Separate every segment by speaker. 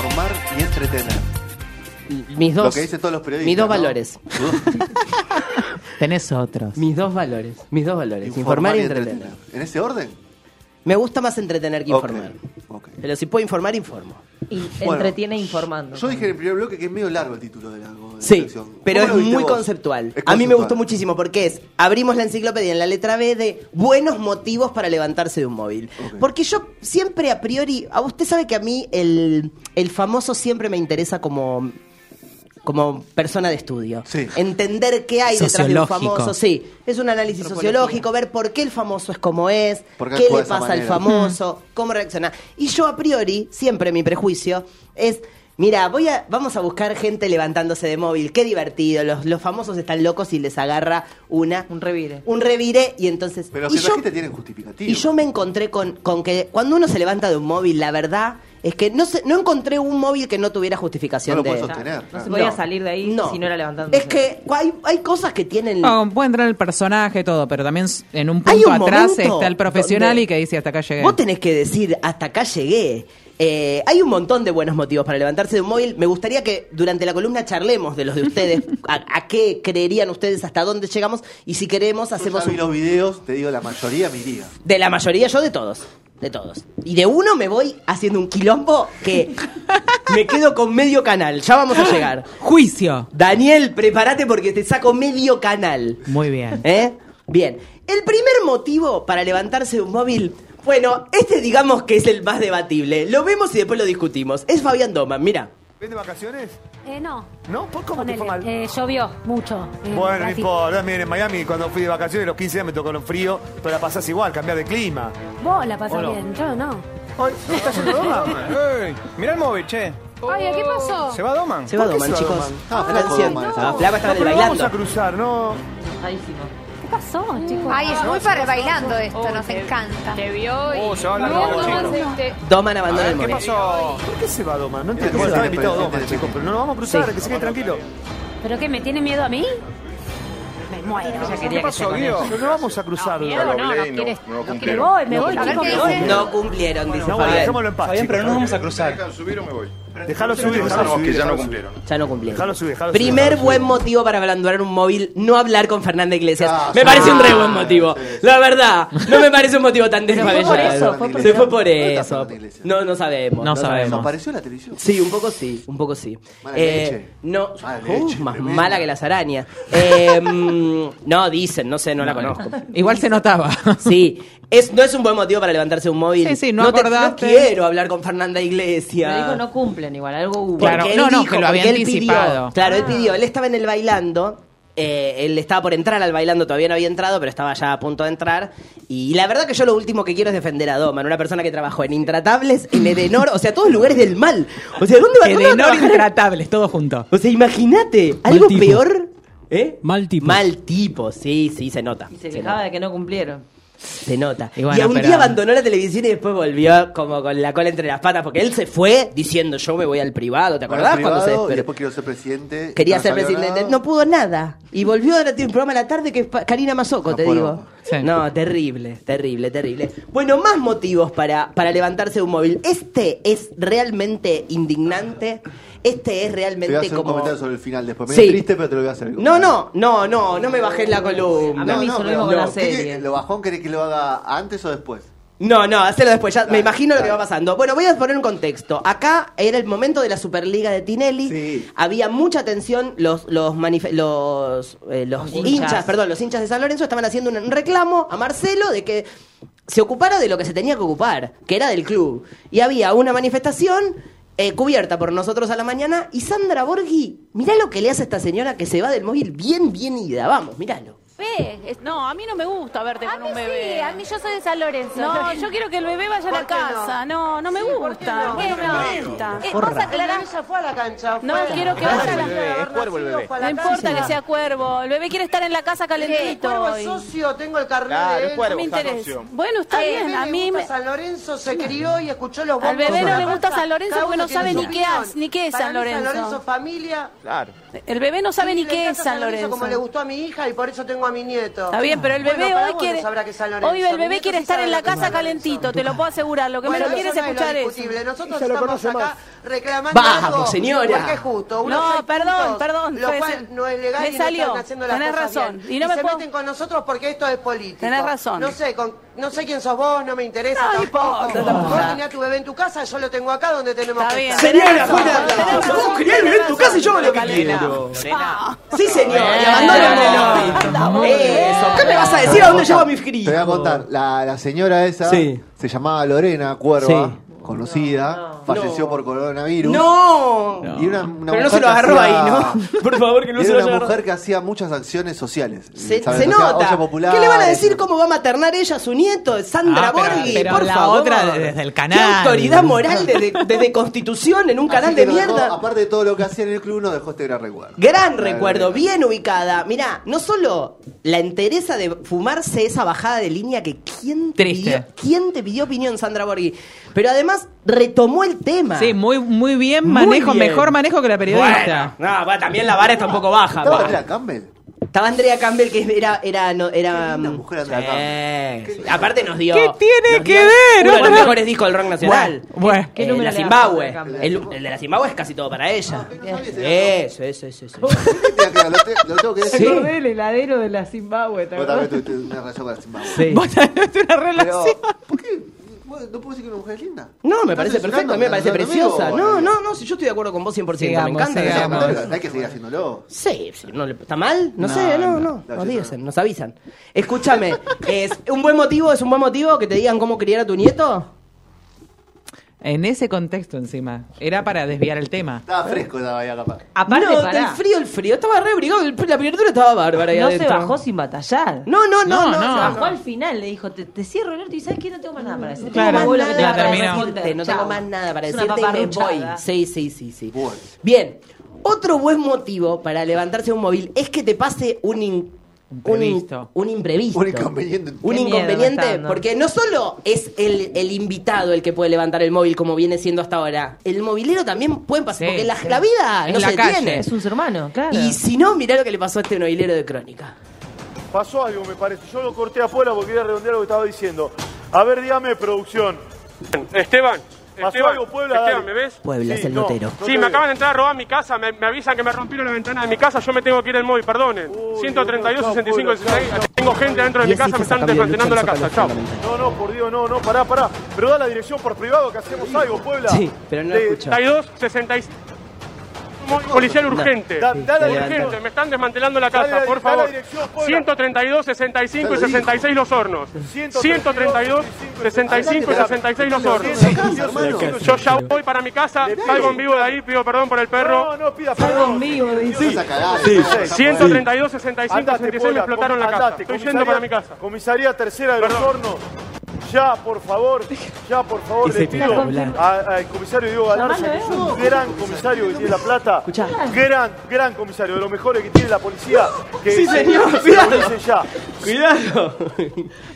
Speaker 1: Formar y entretener.
Speaker 2: Mis dos,
Speaker 1: Lo que dicen todos los periodistas.
Speaker 2: mis dos
Speaker 1: ¿no?
Speaker 2: valores.
Speaker 3: Tenés otros.
Speaker 2: Mis dos valores. Mis dos valores. Informar, y entretener.
Speaker 1: ¿En ese orden?
Speaker 2: Me gusta más entretener que informar.
Speaker 1: Ok, ok.
Speaker 2: Pero si puedo informar, informo.
Speaker 4: Y
Speaker 1: Bueno,
Speaker 4: entretiene informando.
Speaker 1: Yo dije en el primer bloque que es medio largo el título de la, de la
Speaker 2: Sí,
Speaker 1: sección. ¿Cómo
Speaker 2: pero
Speaker 1: lo
Speaker 2: es
Speaker 1: viste
Speaker 2: muy
Speaker 1: vos?
Speaker 2: conceptual.
Speaker 1: Es
Speaker 2: A mí me
Speaker 1: conceptual.
Speaker 2: gustó muchísimo porque es, abrimos la enciclopedia en la letra B de buenos motivos para levantarse de un móvil.
Speaker 1: Ok.
Speaker 2: Porque yo siempre a priori, a usted sabe que a mí el, el famoso siempre me interesa como, como persona de estudio.
Speaker 1: Sí.
Speaker 2: Entender qué hay detrás de un
Speaker 3: Sociológico.
Speaker 2: famoso. Sí, es un análisis sociológico, ver por qué el famoso es como es,
Speaker 1: ¿Por qué
Speaker 2: qué
Speaker 1: actúa
Speaker 2: le
Speaker 1: de esa
Speaker 2: pasa al
Speaker 1: manera?
Speaker 2: famoso famoso, cómo reacciona. Y yo a priori, siempre mi prejuicio es, mira, voy a, vamos a buscar gente levantándose de móvil, qué divertido, los, los famosos están locos y les agarra una,
Speaker 4: Un revire.
Speaker 2: un revire y entonces...
Speaker 1: Pero
Speaker 2: y
Speaker 1: si la gente tiene justificativo.
Speaker 2: y yo me encontré con, con que cuando uno se levanta de un móvil, la verdad es que no, sé- no encontré un móvil que no tuviera justificación
Speaker 1: No lo
Speaker 2: de...
Speaker 1: puedes
Speaker 4: Claro,
Speaker 1: sostener,
Speaker 4: No se
Speaker 1: claro.
Speaker 4: podía
Speaker 2: No.
Speaker 4: salir de ahí si no era levantándose. Ah,
Speaker 2: Es que hay, hay cosas que tienen...
Speaker 3: No, puede entrar el personaje, todo, pero también s- en un
Speaker 2: Hay
Speaker 3: punto
Speaker 2: un
Speaker 3: atrás
Speaker 2: momento
Speaker 3: está el profesional
Speaker 2: donde
Speaker 3: y que dice hasta acá llegué.
Speaker 2: Vos tenés que decir, hasta acá llegué. Eh, hay un montón de buenos motivos para levantarse de un móvil. Me gustaría que durante la columna charlemos de los de ustedes, a, a qué creerían ustedes, hasta dónde llegamos, y si queremos
Speaker 1: Yo
Speaker 2: hacemos
Speaker 1: ya vi
Speaker 2: un-
Speaker 1: los videos, te digo, la mayoría me iría.
Speaker 2: De la mayoría, yo de todos. De todos. Y de uno me voy haciendo un quilombo que me quedo con medio canal. Ya vamos a llegar.
Speaker 3: Juicio.
Speaker 2: Daniel, prepárate porque te saco medio canal.
Speaker 3: Muy bien.
Speaker 2: ¿Eh? Bien. El primer motivo para levantarse de un móvil. Bueno, este digamos que es el más debatible. Lo vemos y después lo discutimos. Es Fabián Doman, mira.
Speaker 5: ¿Ven de vacaciones?
Speaker 6: Eh, no.
Speaker 5: ¿No? ¿Por cómo te
Speaker 6: Ponele,
Speaker 5: fue mal?
Speaker 6: eh, llovió mucho. eh,
Speaker 5: bueno, no
Speaker 6: ratito.
Speaker 5: importa. Miren, en Miami cuando fui de vacaciones los 15 días me tocó lo frío, pero la pasás igual, cambiar de clima.
Speaker 6: Vos la pasás
Speaker 5: ¿O no?
Speaker 6: bien, yo no.
Speaker 5: Ay, ¿no está yendo Doman?
Speaker 7: Ey, mirá el móvil, che.
Speaker 6: Oye, ¿qué pasó?
Speaker 7: ¿Se va Doman?
Speaker 2: Se va
Speaker 1: ¿Por qué
Speaker 2: Doman,
Speaker 1: se va
Speaker 2: chicos.
Speaker 1: Doman? Ah,
Speaker 2: Está
Speaker 1: flaco
Speaker 2: haciendo-
Speaker 1: Doman,
Speaker 2: la
Speaker 1: no.
Speaker 2: Flava estaba
Speaker 5: No,
Speaker 2: en el
Speaker 5: pero vamos a
Speaker 2: bailando.
Speaker 5: cruzar, ¿no?
Speaker 4: Tadísimo.
Speaker 6: ¿Qué pasó, chicos?
Speaker 8: Ay, es muy para bailando esto, nos encanta.
Speaker 9: Te vio y...
Speaker 7: Oh, se va la
Speaker 9: No,
Speaker 7: luz,
Speaker 9: no,
Speaker 7: chicos.
Speaker 9: este,
Speaker 2: Doman
Speaker 7: A
Speaker 2: abandona el
Speaker 7: ver, ¿qué
Speaker 2: móvil.
Speaker 7: pasó?
Speaker 5: ¿Por qué se va Doman? No
Speaker 1: Mira que
Speaker 5: entiendo. Bueno,
Speaker 1: se va
Speaker 5: estaba invitado
Speaker 1: de
Speaker 5: Doman,
Speaker 1: frente,
Speaker 5: chicos,
Speaker 1: frente.
Speaker 5: pero no nos vamos a cruzar,
Speaker 2: Sí.
Speaker 5: que se quede tranquilo.
Speaker 9: ¿Pero qué? ¿Me tiene miedo a mí? Me muero.
Speaker 4: Ella
Speaker 7: ¿Qué
Speaker 4: quería que
Speaker 7: pasó,
Speaker 4: sea con él.
Speaker 7: Guido?
Speaker 5: Pero no vamos a cruzar,
Speaker 9: Miedo
Speaker 5: Doman.
Speaker 9: no, no, quieres-
Speaker 10: no lo
Speaker 9: me
Speaker 10: cumplieron.
Speaker 9: voy, me voy,
Speaker 6: A ver
Speaker 9: chicos,
Speaker 6: qué
Speaker 9: me voy.
Speaker 6: dice.
Speaker 2: No cumplieron, dice
Speaker 5: No, bueno,
Speaker 2: Fabián.
Speaker 5: dejémoslo en paz.
Speaker 7: Fabián, pero no
Speaker 5: chicos.
Speaker 7: nos vamos a cruzar.
Speaker 10: ¿Dejan subir o me voy?
Speaker 5: Dejalo subir, dejalo
Speaker 10: Sabemos
Speaker 5: subir.
Speaker 10: que ya
Speaker 5: dejalo
Speaker 10: no
Speaker 5: subir.
Speaker 10: cumplieron.
Speaker 2: Ya no cumplieron.
Speaker 5: Dejalo subir, dejalo subir,
Speaker 2: Primer
Speaker 5: dejalo
Speaker 2: buen
Speaker 5: subir.
Speaker 2: motivo para ablandar un móvil, no hablar con Fernanda Iglesias.
Speaker 1: Ah,
Speaker 2: me
Speaker 1: sí.
Speaker 2: parece un re
Speaker 1: Ah,
Speaker 2: buen motivo.
Speaker 1: sí, sí.
Speaker 2: La verdad, no me parece un motivo tan desfabellado.
Speaker 4: eso, fue por
Speaker 2: Se fue
Speaker 4: eso.
Speaker 2: por
Speaker 1: ¿Dónde está
Speaker 2: eso.
Speaker 1: Fernanda Iglesias?
Speaker 2: No, no sabemos.
Speaker 3: No sabemos.
Speaker 1: Desapareció la televisión.
Speaker 2: Sí, un poco sí, un poco sí.
Speaker 1: Mala leche.
Speaker 2: Eh, No,
Speaker 1: Mala
Speaker 2: Uh,
Speaker 1: leche,
Speaker 2: más
Speaker 1: tremendo.
Speaker 2: mala que las arañas. Eh, mm, no, dicen, no sé, no la conozco.
Speaker 3: Igual se notaba.
Speaker 2: Sí, es, no es un buen motivo para levantarse un móvil.
Speaker 3: Sí, sí, no
Speaker 2: te-
Speaker 3: acordaste.
Speaker 2: quiero hablar con Fernanda
Speaker 4: Me
Speaker 2: Iglesias.
Speaker 4: dijo no cumplen igual, algo hubo. Ah.
Speaker 2: Porque
Speaker 3: Claro.
Speaker 2: él
Speaker 3: no, no,
Speaker 2: dijo,
Speaker 3: que lo había
Speaker 2: porque él
Speaker 3: anticipado.
Speaker 2: pidió. claro, él pidió, él estaba en el bailando. eh, él estaba por entrar al bailando, todavía no había entrado, pero estaba ya a punto de entrar. Y la verdad que yo lo último que quiero es defender a Doman, una persona que trabajó en Intratables, en Edenor, o sea, todos lugares del mal. O sea, ¿dónde va, dónde va a
Speaker 3: Edenor
Speaker 2: trabajar?
Speaker 3: intratables, todo junto.
Speaker 2: O sea, imagínate, algo
Speaker 11: tipo.
Speaker 2: peor. ¿Eh?
Speaker 11: Mal tipo.
Speaker 2: Mal tipo, sí, sí, se nota.
Speaker 4: Y se
Speaker 2: se
Speaker 4: quejaba de que no cumplieron.
Speaker 2: se nota. Y,
Speaker 3: Y bueno,
Speaker 2: a un
Speaker 3: pero-
Speaker 2: día abandonó la televisión y después volvió como con la cola entre las patas, porque él se fue diciendo yo me voy al privado, ¿te acordás
Speaker 1: Bueno,
Speaker 2: cuando
Speaker 1: privado,
Speaker 2: se
Speaker 1: Y
Speaker 2: despertó?
Speaker 1: después quiero ser presidente.
Speaker 2: Quería
Speaker 1: no
Speaker 2: ser
Speaker 1: salió
Speaker 2: presidente,
Speaker 1: nada.
Speaker 2: no pudo nada. Y volvió ahora tiene un programa a la tarde que es pa- Karina Mazoco, te
Speaker 1: Ah, bueno.
Speaker 2: digo.
Speaker 3: Sí.
Speaker 2: No, terrible, terrible, terrible. Bueno, más motivos para, para levantarse de un móvil. Este es realmente indignante. Este es
Speaker 1: Te voy a
Speaker 2: realmente
Speaker 1: hacer un
Speaker 2: como.
Speaker 1: comentario sobre el final después.
Speaker 2: Sí.
Speaker 1: Medio triste, pero te lo voy a hacer.
Speaker 2: No, no, no, no, no me bajé la
Speaker 4: A
Speaker 2: columna.
Speaker 4: mí me hizo lo mismo con la
Speaker 1: ¿qué querés?
Speaker 4: serie.
Speaker 1: ¿Lo bajón querés que lo haga antes o después?
Speaker 2: No, no, hacelo después, ya me
Speaker 1: Dale,
Speaker 2: imagino lo que va
Speaker 1: dale.
Speaker 2: pasando. Bueno, voy a poner un contexto. Acá era el momento de la Superliga de Tinelli.
Speaker 1: Sí.
Speaker 2: Había mucha tensión, los los manife- los, eh, los
Speaker 4: Los
Speaker 2: hinchas.
Speaker 4: hinchas.
Speaker 2: perdón, los hinchas de San Lorenzo estaban haciendo un reclamo a Marcelo de que se ocupara de lo que se tenía que ocupar, que era del club. Y había una manifestación eh, cubierta por nosotros a la mañana y Sandra Borghi, mirá lo que le hace a esta señora que se va del móvil bien bien ida, vamos, míralo.
Speaker 9: bebé. Es- no, a mí no me gusta verte
Speaker 6: A
Speaker 9: con
Speaker 6: mí
Speaker 9: un bebé.
Speaker 6: sí, a mí yo soy de San Lorenzo.
Speaker 9: No, yo quiero que el bebé vaya a la
Speaker 8: ¿Por qué
Speaker 9: casa. No, no, me gusta.
Speaker 6: no?
Speaker 9: A mí no me
Speaker 6: Bueno.
Speaker 9: gusta.
Speaker 6: Eh, vos aclarás.
Speaker 8: fue a la cancha.
Speaker 9: No, quiero que vaya a la
Speaker 7: es cuervo el bebé.
Speaker 9: No importa que sea cuervo. El bebé quiere estar en la casa calentito. hoy.
Speaker 8: socio, tengo el carnet
Speaker 7: Claro, es
Speaker 9: No
Speaker 7: cuervo.
Speaker 9: me
Speaker 7: está
Speaker 9: interesa.
Speaker 7: socio.
Speaker 9: Bueno, está bien. A mí me-
Speaker 8: San Lorenzo se crió y escuchó los
Speaker 9: Al bebé no
Speaker 8: de la
Speaker 9: le gusta
Speaker 8: casa.
Speaker 9: San Lorenzo
Speaker 8: Cada
Speaker 9: porque no
Speaker 8: uno tiene
Speaker 9: sabe
Speaker 8: su
Speaker 9: ni qué
Speaker 8: opinión.
Speaker 9: es- ni qué es
Speaker 8: Para
Speaker 9: San
Speaker 8: mí
Speaker 9: Lorenzo.
Speaker 8: familia.
Speaker 7: Claro.
Speaker 9: El bebé no sabe
Speaker 8: Sí,
Speaker 9: ni
Speaker 8: le
Speaker 9: qué es
Speaker 8: encanta
Speaker 9: San Lorenzo.
Speaker 8: gustó a mi hija y por eso tengo a mi nieto.
Speaker 9: Está bien, pero el
Speaker 8: Bueno,
Speaker 9: bebé
Speaker 8: para
Speaker 9: hoy
Speaker 8: vos
Speaker 9: quiere.
Speaker 8: no sabrá que es San Lorenzo.
Speaker 9: hoy el
Speaker 8: Mi
Speaker 9: bebé
Speaker 8: nieto
Speaker 9: quiere
Speaker 8: sí
Speaker 9: estar
Speaker 8: sabe
Speaker 9: en
Speaker 8: lo
Speaker 9: la
Speaker 8: que es
Speaker 9: casa
Speaker 8: San Lorenzo.
Speaker 9: calentito, te lo puedo asegurar. Lo que menos
Speaker 8: eso
Speaker 9: quieres
Speaker 8: no es lo
Speaker 9: escuchar eso.
Speaker 8: discutible. Nosotros
Speaker 10: Ella lo
Speaker 8: estamos
Speaker 10: conoce
Speaker 8: acá
Speaker 10: más.
Speaker 8: reclamando
Speaker 2: Vamos,
Speaker 8: algo
Speaker 2: señora.
Speaker 8: Porque es justo. Unos
Speaker 9: No,
Speaker 8: seis
Speaker 9: perdón,
Speaker 8: puntos,
Speaker 9: perdón,
Speaker 8: Lo
Speaker 9: puede
Speaker 8: cual
Speaker 9: ser.
Speaker 8: no es legal
Speaker 9: Me
Speaker 8: y no
Speaker 9: salió.
Speaker 8: están haciendo las
Speaker 9: Tenés
Speaker 8: cosas
Speaker 9: razón.
Speaker 8: bien.
Speaker 9: Y no me
Speaker 8: se
Speaker 9: puedo-
Speaker 8: meten con nosotros porque esto es político.
Speaker 9: Tenés razón.
Speaker 8: No sé, con- no sé quién sos vos, no me interesa
Speaker 9: No
Speaker 8: tampoco.
Speaker 9: importa, tampoco.
Speaker 8: Vos tenés a tu bebé en tu casa, yo lo tengo acá donde tenemos
Speaker 9: Está
Speaker 8: que
Speaker 9: bien.
Speaker 8: estar.
Speaker 2: Señora,
Speaker 9: Tenés
Speaker 2: fuera de
Speaker 9: razón,
Speaker 2: acá.
Speaker 9: tenés
Speaker 2: Vos
Speaker 9: razón.
Speaker 2: querés vivir en tu casa y yo hago lo que quiero. Sí, señor. Y abandóname. Eso. eh, ¿Qué me vas a decir a dónde llevo a mis críos?
Speaker 1: Te voy a contar, la, la señora esa
Speaker 10: Sí.
Speaker 1: se llamaba Lorena Cuerva,
Speaker 10: Sí.
Speaker 1: conocida, falleció por coronavirus.
Speaker 2: ¡No!
Speaker 1: Y una, una
Speaker 2: Pero no
Speaker 1: mujer
Speaker 2: se lo
Speaker 1: que
Speaker 2: agarró
Speaker 1: hacía-
Speaker 2: ahí, ¿no? Por favor, que
Speaker 1: y
Speaker 2: no
Speaker 1: era
Speaker 2: se lo
Speaker 1: una
Speaker 2: haya agarrado.
Speaker 1: mujer que hacía muchas acciones sociales.
Speaker 2: Se,
Speaker 1: ¿Sabes?
Speaker 2: se
Speaker 1: Hacía
Speaker 2: nota.
Speaker 1: olla popular,
Speaker 2: ¿Qué le van a decir
Speaker 1: eso.
Speaker 2: cómo va a maternar ella a su nieto? Sandra
Speaker 3: Ah, pero-
Speaker 2: Borghi,
Speaker 3: pero
Speaker 2: por
Speaker 3: la
Speaker 2: favor.
Speaker 3: otra desde el canal.
Speaker 2: Qué autoridad moral desde, desde Constitución en un
Speaker 1: Así
Speaker 2: canal
Speaker 1: que
Speaker 2: de
Speaker 1: nos dejó,
Speaker 2: mierda.
Speaker 1: aparte de todo lo que hacía en el club, nos dejó este gran recuerdo.
Speaker 2: Gran
Speaker 1: Gran
Speaker 2: recuerdo, bien ubicada. Mirá, no solo la entereza de fumarse esa bajada de línea que quién te,
Speaker 3: Triste.
Speaker 2: pidió, quién te pidió opinión, Sandra Borghi, pero además retomó el tema.
Speaker 3: Sí, muy, muy bien
Speaker 2: Muy
Speaker 3: manejo,
Speaker 2: bien.
Speaker 3: mejor manejo que la periodista.
Speaker 2: Bueno, no, va, también la vara está un poco baja.
Speaker 1: ¿Estaba
Speaker 2: va.
Speaker 1: Andrea Campbell?
Speaker 2: Estaba Andrea Campbell, que era... era, no, era
Speaker 1: Linda mujer Andrea Campbell.
Speaker 2: Sí, sí. Eh, Aparte nos dio...
Speaker 3: ¿Qué tiene
Speaker 2: nos
Speaker 3: que
Speaker 2: dio
Speaker 3: ver?
Speaker 2: Uno de los
Speaker 3: Otra-
Speaker 2: mejores discos del rock nacional.
Speaker 3: Bueno, bueno.
Speaker 4: ¿Qué
Speaker 2: Eh,
Speaker 4: número
Speaker 2: la
Speaker 4: le das,
Speaker 2: Zimbabue. Eh,
Speaker 4: Andrea Campbell?
Speaker 2: El, el de la Zimbabue es casi todo para
Speaker 1: Ah,
Speaker 2: ella. Eso, eso, eso. eso.
Speaker 1: Mira, claro, lo, te- lo tengo que decir.
Speaker 3: Sí.
Speaker 4: el heladero de la Zimbabue, ¿te
Speaker 1: Vos también tuviste una relación con la Zimbabue.
Speaker 2: Sí.
Speaker 3: Vos tenés una
Speaker 1: Pero,
Speaker 3: relación.
Speaker 1: ¿por qué? ¿Vos ¿No puedo decir que una mujer es linda?
Speaker 2: No, me
Speaker 1: ¿Estás
Speaker 2: parece perfecto, a mí me
Speaker 1: censurando?
Speaker 2: parece
Speaker 1: ¿Estás
Speaker 2: preciosa.
Speaker 1: censurando
Speaker 2: No,
Speaker 1: amigo?
Speaker 2: no, no, si yo estoy de acuerdo con vos 100%, me
Speaker 3: Sigamos,
Speaker 2: encanta.
Speaker 1: No,
Speaker 3: sigamos.
Speaker 2: esa-
Speaker 1: pero Hay que seguir haciéndolo.
Speaker 2: Sí, sí, no le- ¿está mal? No,
Speaker 3: No,
Speaker 2: sé, no,
Speaker 3: no.
Speaker 2: no,
Speaker 1: No,
Speaker 2: nos
Speaker 1: sí,
Speaker 2: dicen,
Speaker 1: no.
Speaker 2: nos avisan. Escúchame, ¿es un buen motivo, es un buen motivo que te digan cómo criar a tu nieto?
Speaker 3: En ese contexto encima. Era para desviar el tema.
Speaker 1: Estaba fresco estaba ahí capaz.
Speaker 4: Aparte,
Speaker 2: no,
Speaker 4: pará,
Speaker 2: el frío, el frío, estaba re abrigado, el- la apertura estaba bárbara ahí
Speaker 4: no se
Speaker 2: adentro.
Speaker 4: bajó sin batallar.
Speaker 2: No, no, no,
Speaker 3: No,
Speaker 2: no.
Speaker 3: no.
Speaker 4: Se
Speaker 2: se
Speaker 4: bajó
Speaker 2: bajó.
Speaker 4: al final, le dijo, te, te cierro, Alberto, y sabes que no tengo más nada para decir.
Speaker 3: Claro,
Speaker 2: no tengo más
Speaker 3: la
Speaker 2: nada para
Speaker 3: terminó.
Speaker 2: decirte, no tengo más nada para
Speaker 4: Es una
Speaker 2: decirte y me voy.
Speaker 4: paparruchada.
Speaker 2: Sí, sí, sí, sí.
Speaker 1: Bueno.
Speaker 2: Bien, otro buen motivo para levantarse de un móvil es que te pase un in- un in-
Speaker 3: Imprevisto.
Speaker 2: Un, imprevisto.
Speaker 1: Un inconveniente.
Speaker 4: Qué
Speaker 2: Un
Speaker 4: miedo me está
Speaker 2: inconveniente,
Speaker 4: dando.
Speaker 2: porque no solo es el, el invitado el que puede levantar el móvil como viene siendo hasta ahora, el movilero también puede pasar,
Speaker 3: Sí,
Speaker 2: porque la,
Speaker 3: sí.
Speaker 2: la vida
Speaker 3: En
Speaker 2: no
Speaker 3: la
Speaker 2: se
Speaker 3: calle.
Speaker 2: tiene.
Speaker 4: Es un ser humano, claro.
Speaker 2: Y si no, mirá lo que le pasó a este novilero de crónica.
Speaker 10: Pasó algo, me parece. Yo lo corté afuera porque quería redondear lo que estaba diciendo. A ver, dígame, producción.
Speaker 7: Esteban.
Speaker 10: Pasó algo, Puebla,
Speaker 7: Esteban,
Speaker 10: dale.
Speaker 7: ¿me ves?
Speaker 2: Puebla es el
Speaker 10: no.
Speaker 2: notero.
Speaker 10: No
Speaker 7: sí,
Speaker 10: te
Speaker 7: me
Speaker 10: veo.
Speaker 7: acaban de entrar a robar mi casa, me, me avisan que me rompieron la ventana de mi casa, yo me tengo que ir al móvil, perdonen.
Speaker 10: Uy,
Speaker 7: 132,
Speaker 10: chao,
Speaker 7: 65,
Speaker 10: Puebla, chao,
Speaker 7: 66, tengo gente dentro de mi casa, me están desmantelando la casa, chao.
Speaker 10: No, no, por Dios, no, no, pará, pará. Pero da la dirección por privado que hacemos algo, Puebla.
Speaker 2: Sí, pero no lo
Speaker 10: Te-
Speaker 2: escuchó.
Speaker 7: 32, 66. Mo- Policial urgente.
Speaker 10: Da- da la
Speaker 7: Urgente,
Speaker 10: dirección.
Speaker 7: me están desmantelando la
Speaker 10: Dale
Speaker 7: casa,
Speaker 10: la-
Speaker 7: por
Speaker 10: da la
Speaker 7: favor.
Speaker 10: dirección, Puebla.
Speaker 7: 132, 65 y 66 los hornos. 132, 65 y 66 los hornos. Yo ya voy para mi casa, salgo en vivo de ahí, pido perdón por el
Speaker 10: No,
Speaker 7: perro.
Speaker 10: no, pida perdón.
Speaker 1: Sí.
Speaker 10: Sí.
Speaker 7: 132, 65,
Speaker 10: Andate,
Speaker 7: 66 me
Speaker 10: Pola,
Speaker 7: explotaron la casa.
Speaker 10: andate,
Speaker 7: Estoy
Speaker 10: comisaría-
Speaker 7: yendo para mi casa.
Speaker 10: Comisaría tercera de los hornos. Ya, por favor, ya, por favor,
Speaker 3: Es
Speaker 10: le pido
Speaker 3: espectacular.
Speaker 10: a- al comisario Diego Galarza, que es un gran comisario que tiene La Plata. Gran, gran comisario, de los mejores que tiene la policía. Que
Speaker 2: Sí, señor,
Speaker 10: que se
Speaker 2: cuidado.
Speaker 10: dice ya.
Speaker 2: ¡Cuidado!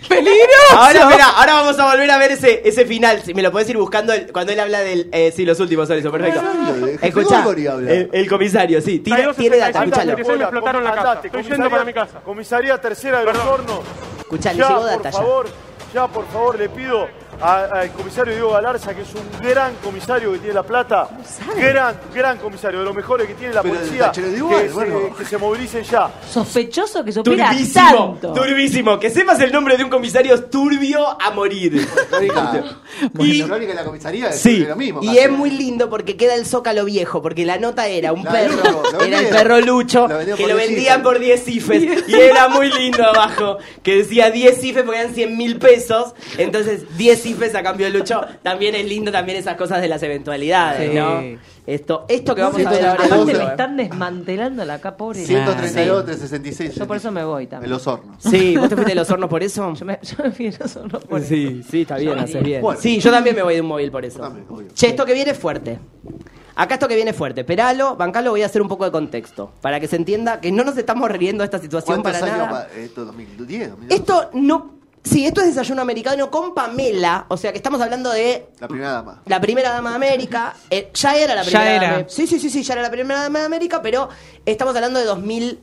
Speaker 3: ¡Peligro!
Speaker 2: Ahora, espera, ahora vamos a volver a ver ese, ese final. Si me lo podés ir buscando el- cuando él habla del. eh, sí, los últimos son eso, perfecto.
Speaker 1: comisario, el
Speaker 2: Escuchá,
Speaker 1: Gregorio habla.
Speaker 2: el, el comisario, sí. Tira,
Speaker 7: 32,
Speaker 2: tiene data,
Speaker 7: 65,
Speaker 2: escuchalo.
Speaker 7: 66 me explotaron la casa. Estoy yendo
Speaker 10: comisaría-
Speaker 7: para mi casa.
Speaker 10: Comisaría tercera de los hornos.
Speaker 2: Escuchá, le
Speaker 10: Ya,
Speaker 2: llegó
Speaker 10: por
Speaker 2: data ya.
Speaker 10: favor, ya, por favor, le pido a- al comisario Diego Galarza, que es un gran comisario que tiene La Plata. Gran, gran comisario, de los mejores que tiene la
Speaker 1: Pero el
Speaker 10: policía.
Speaker 1: tachero de
Speaker 10: que,
Speaker 1: igual,
Speaker 10: se,
Speaker 1: bueno.
Speaker 10: que se movilicen ya.
Speaker 4: Sospechoso que supiera
Speaker 2: Turbísimo,
Speaker 4: tanto.
Speaker 2: turbísimo. Que sepas el nombre de un comisario es turbio a morir.
Speaker 1: Crónica.
Speaker 2: Ah. Y-
Speaker 1: Crónica Ah, en la comisaría es
Speaker 2: Sí,
Speaker 1: lo mismo.
Speaker 2: y
Speaker 1: casi.
Speaker 2: es muy lindo porque queda el zócalo viejo, porque la nota era un
Speaker 1: La
Speaker 2: perro,
Speaker 1: Lucho, lo
Speaker 2: era el
Speaker 1: vendieron.
Speaker 2: perro Lucho,
Speaker 1: Lo vendieron
Speaker 2: que
Speaker 1: por
Speaker 2: lo
Speaker 1: 10
Speaker 2: vendían
Speaker 1: cifres.
Speaker 2: por 10 cifes, y era muy lindo abajo, que decía 10 cifres porque eran 100 mil pesos, entonces 10 partícipes a cambio de Lucho. También es lindo también esas cosas de las eventualidades,
Speaker 4: Sí.
Speaker 2: ¿no? Esto, esto que vamos a ver ahora. ¿eh?
Speaker 4: Aparte me están desmantelando la acá, pobre.
Speaker 1: 132, 366.
Speaker 4: Yo por eso me voy también.
Speaker 1: De los hornos.
Speaker 2: Sí, ¿vos te fuiste de los hornos por eso?
Speaker 4: Yo me, yo me fui de los hornos por eso.
Speaker 2: Sí, sí, está
Speaker 4: bien, haces bien. Bueno.
Speaker 2: Sí, yo también me voy de un móvil por eso. Che, esto que viene es fuerte. Acá esto que viene es fuerte. Peralo, bancalo, voy a hacer un poco de contexto. Para que se entienda que no nos estamos riendo de esta situación
Speaker 1: ¿Cuántos
Speaker 2: para
Speaker 1: años?
Speaker 2: nada.
Speaker 1: pa- Esto 2010, 2011.
Speaker 2: Esto no. Sí, esto es desayuno americano con Pamela. O sea que estamos hablando de
Speaker 1: La primera dama.
Speaker 2: la primera dama de América. Eh, ya era la
Speaker 1: Ya
Speaker 2: primera
Speaker 1: era.
Speaker 2: dama de- Sí, sí, sí, sí, ya era la primera dama de América, pero estamos hablando de 2009,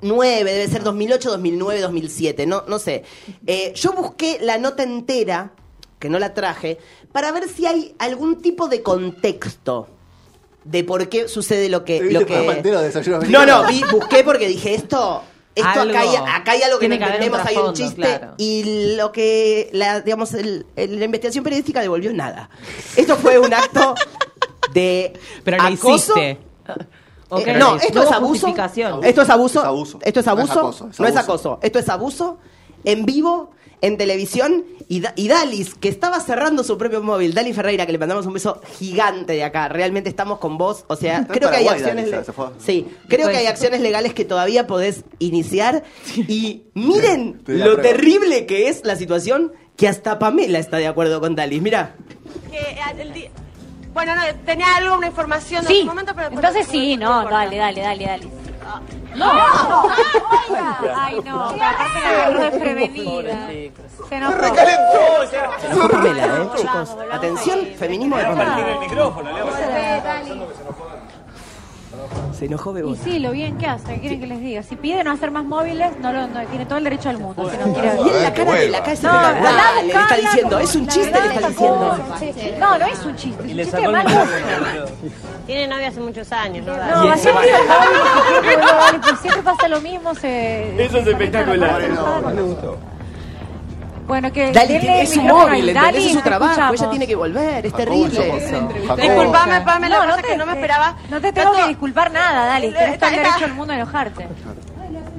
Speaker 2: debe ser 2008, 2009, 2007, no, no sé. Eh, yo busqué la nota entera, que no la traje, para ver si hay algún tipo de contexto de por qué sucede lo que...
Speaker 1: ¿Te viste
Speaker 2: Lo
Speaker 1: el programa
Speaker 2: que...
Speaker 1: entero de Desayuno
Speaker 2: No,
Speaker 1: Americano?
Speaker 2: no, vi- busqué porque dije esto... Esto acá, hay,
Speaker 4: Algo.
Speaker 2: acá hay algo que no
Speaker 4: Tiene que haber un
Speaker 2: entendemos, hay un
Speaker 4: trasfondo,
Speaker 2: chiste
Speaker 4: claro.
Speaker 2: y lo que la digamos el- el- la investigación periodística devolvió nada. Esto fue un acto de
Speaker 3: Pero lo
Speaker 2: acoso.
Speaker 3: hiciste.
Speaker 2: Eh,
Speaker 4: Ok.
Speaker 2: no, esto
Speaker 4: Hubo
Speaker 2: es abuso.
Speaker 4: justificación.
Speaker 2: Esto es abuso.
Speaker 1: Es abuso.
Speaker 2: Esto es
Speaker 1: No es
Speaker 2: abuso. No es
Speaker 1: acoso,
Speaker 2: acoso.
Speaker 1: es abuso.
Speaker 2: Esto es abuso en vivo, en televisión. Y, Da- y Dalis, que estaba cerrando su propio móvil, Dali Ferreira, que le mandamos un beso gigante de acá. Realmente estamos con vos. O sea,
Speaker 1: Está en
Speaker 2: creo que hay
Speaker 1: Paraguay,
Speaker 2: acciones.
Speaker 1: Dalis,
Speaker 2: le-
Speaker 1: se fue.
Speaker 2: Sí, creo que
Speaker 4: Pues-
Speaker 2: hay acciones legales que todavía podés iniciar. Y miren
Speaker 1: Te la
Speaker 2: lo
Speaker 1: pruebo.
Speaker 2: terrible que es la situación que hasta Pamela está de acuerdo con Dalis. Mira.
Speaker 6: Que al- el di- Bueno, no, tenía algo, una información en
Speaker 9: Sí.
Speaker 6: ese momento, pero...
Speaker 9: Entonces
Speaker 6: pero-
Speaker 9: sí,
Speaker 6: pero-
Speaker 9: no, dale, dale, dale, dale.
Speaker 6: ¡No! ¡Ah, oiga!
Speaker 9: Ay, no, pero aparte la agarró desprevenida. Se enojó.
Speaker 2: Se enojó Pamela, ¿eh? Chicos, atención, feminismo de Pamela. Se enojó
Speaker 9: Y
Speaker 2: Bebota.
Speaker 9: sí, lo bien que hace, ¿qué quieren que les diga? Si pide no hacer más móviles, no lo no, tiene todo el derecho al mundo. Si no quiere
Speaker 2: Y en la cara de la calle
Speaker 9: No, la
Speaker 2: de Dale, Ah, le está
Speaker 9: buscala
Speaker 2: diciendo,
Speaker 9: como-
Speaker 2: es un
Speaker 9: la
Speaker 2: chiste,
Speaker 9: verdad
Speaker 2: le está
Speaker 9: es acoso,
Speaker 2: diciendo.
Speaker 9: es un chiste. No, no es un chiste, es un chiste de mal gusto.
Speaker 11: Tiene novia hace muchos años, ¿no?
Speaker 9: No, así es el móvil, porque no, vale, pues siempre pasa lo mismo, se...
Speaker 10: Eso es espectacular.
Speaker 9: Bueno, que...
Speaker 2: Dali
Speaker 9: denle
Speaker 2: tiene-
Speaker 9: el
Speaker 2: es su
Speaker 9: micrófono
Speaker 2: móvil,
Speaker 9: y
Speaker 2: ¿entendés?
Speaker 9: Dali, pues.
Speaker 2: es su
Speaker 9: la
Speaker 2: trabajo, ella
Speaker 9: escuchamos.
Speaker 2: tiene que volver, es terrible
Speaker 1: Facundo,
Speaker 2: eso.
Speaker 1: Facundo.
Speaker 6: Disculpame, Pamela,
Speaker 9: No,
Speaker 6: pasa
Speaker 9: no
Speaker 6: es
Speaker 9: te,
Speaker 6: que no me esperaba.
Speaker 9: no te tengo que
Speaker 6: tanto-
Speaker 9: disculpar nada, Dali. Tienes todo el
Speaker 6: Está-
Speaker 9: derecho
Speaker 6: está-
Speaker 9: al mundo a enojarte.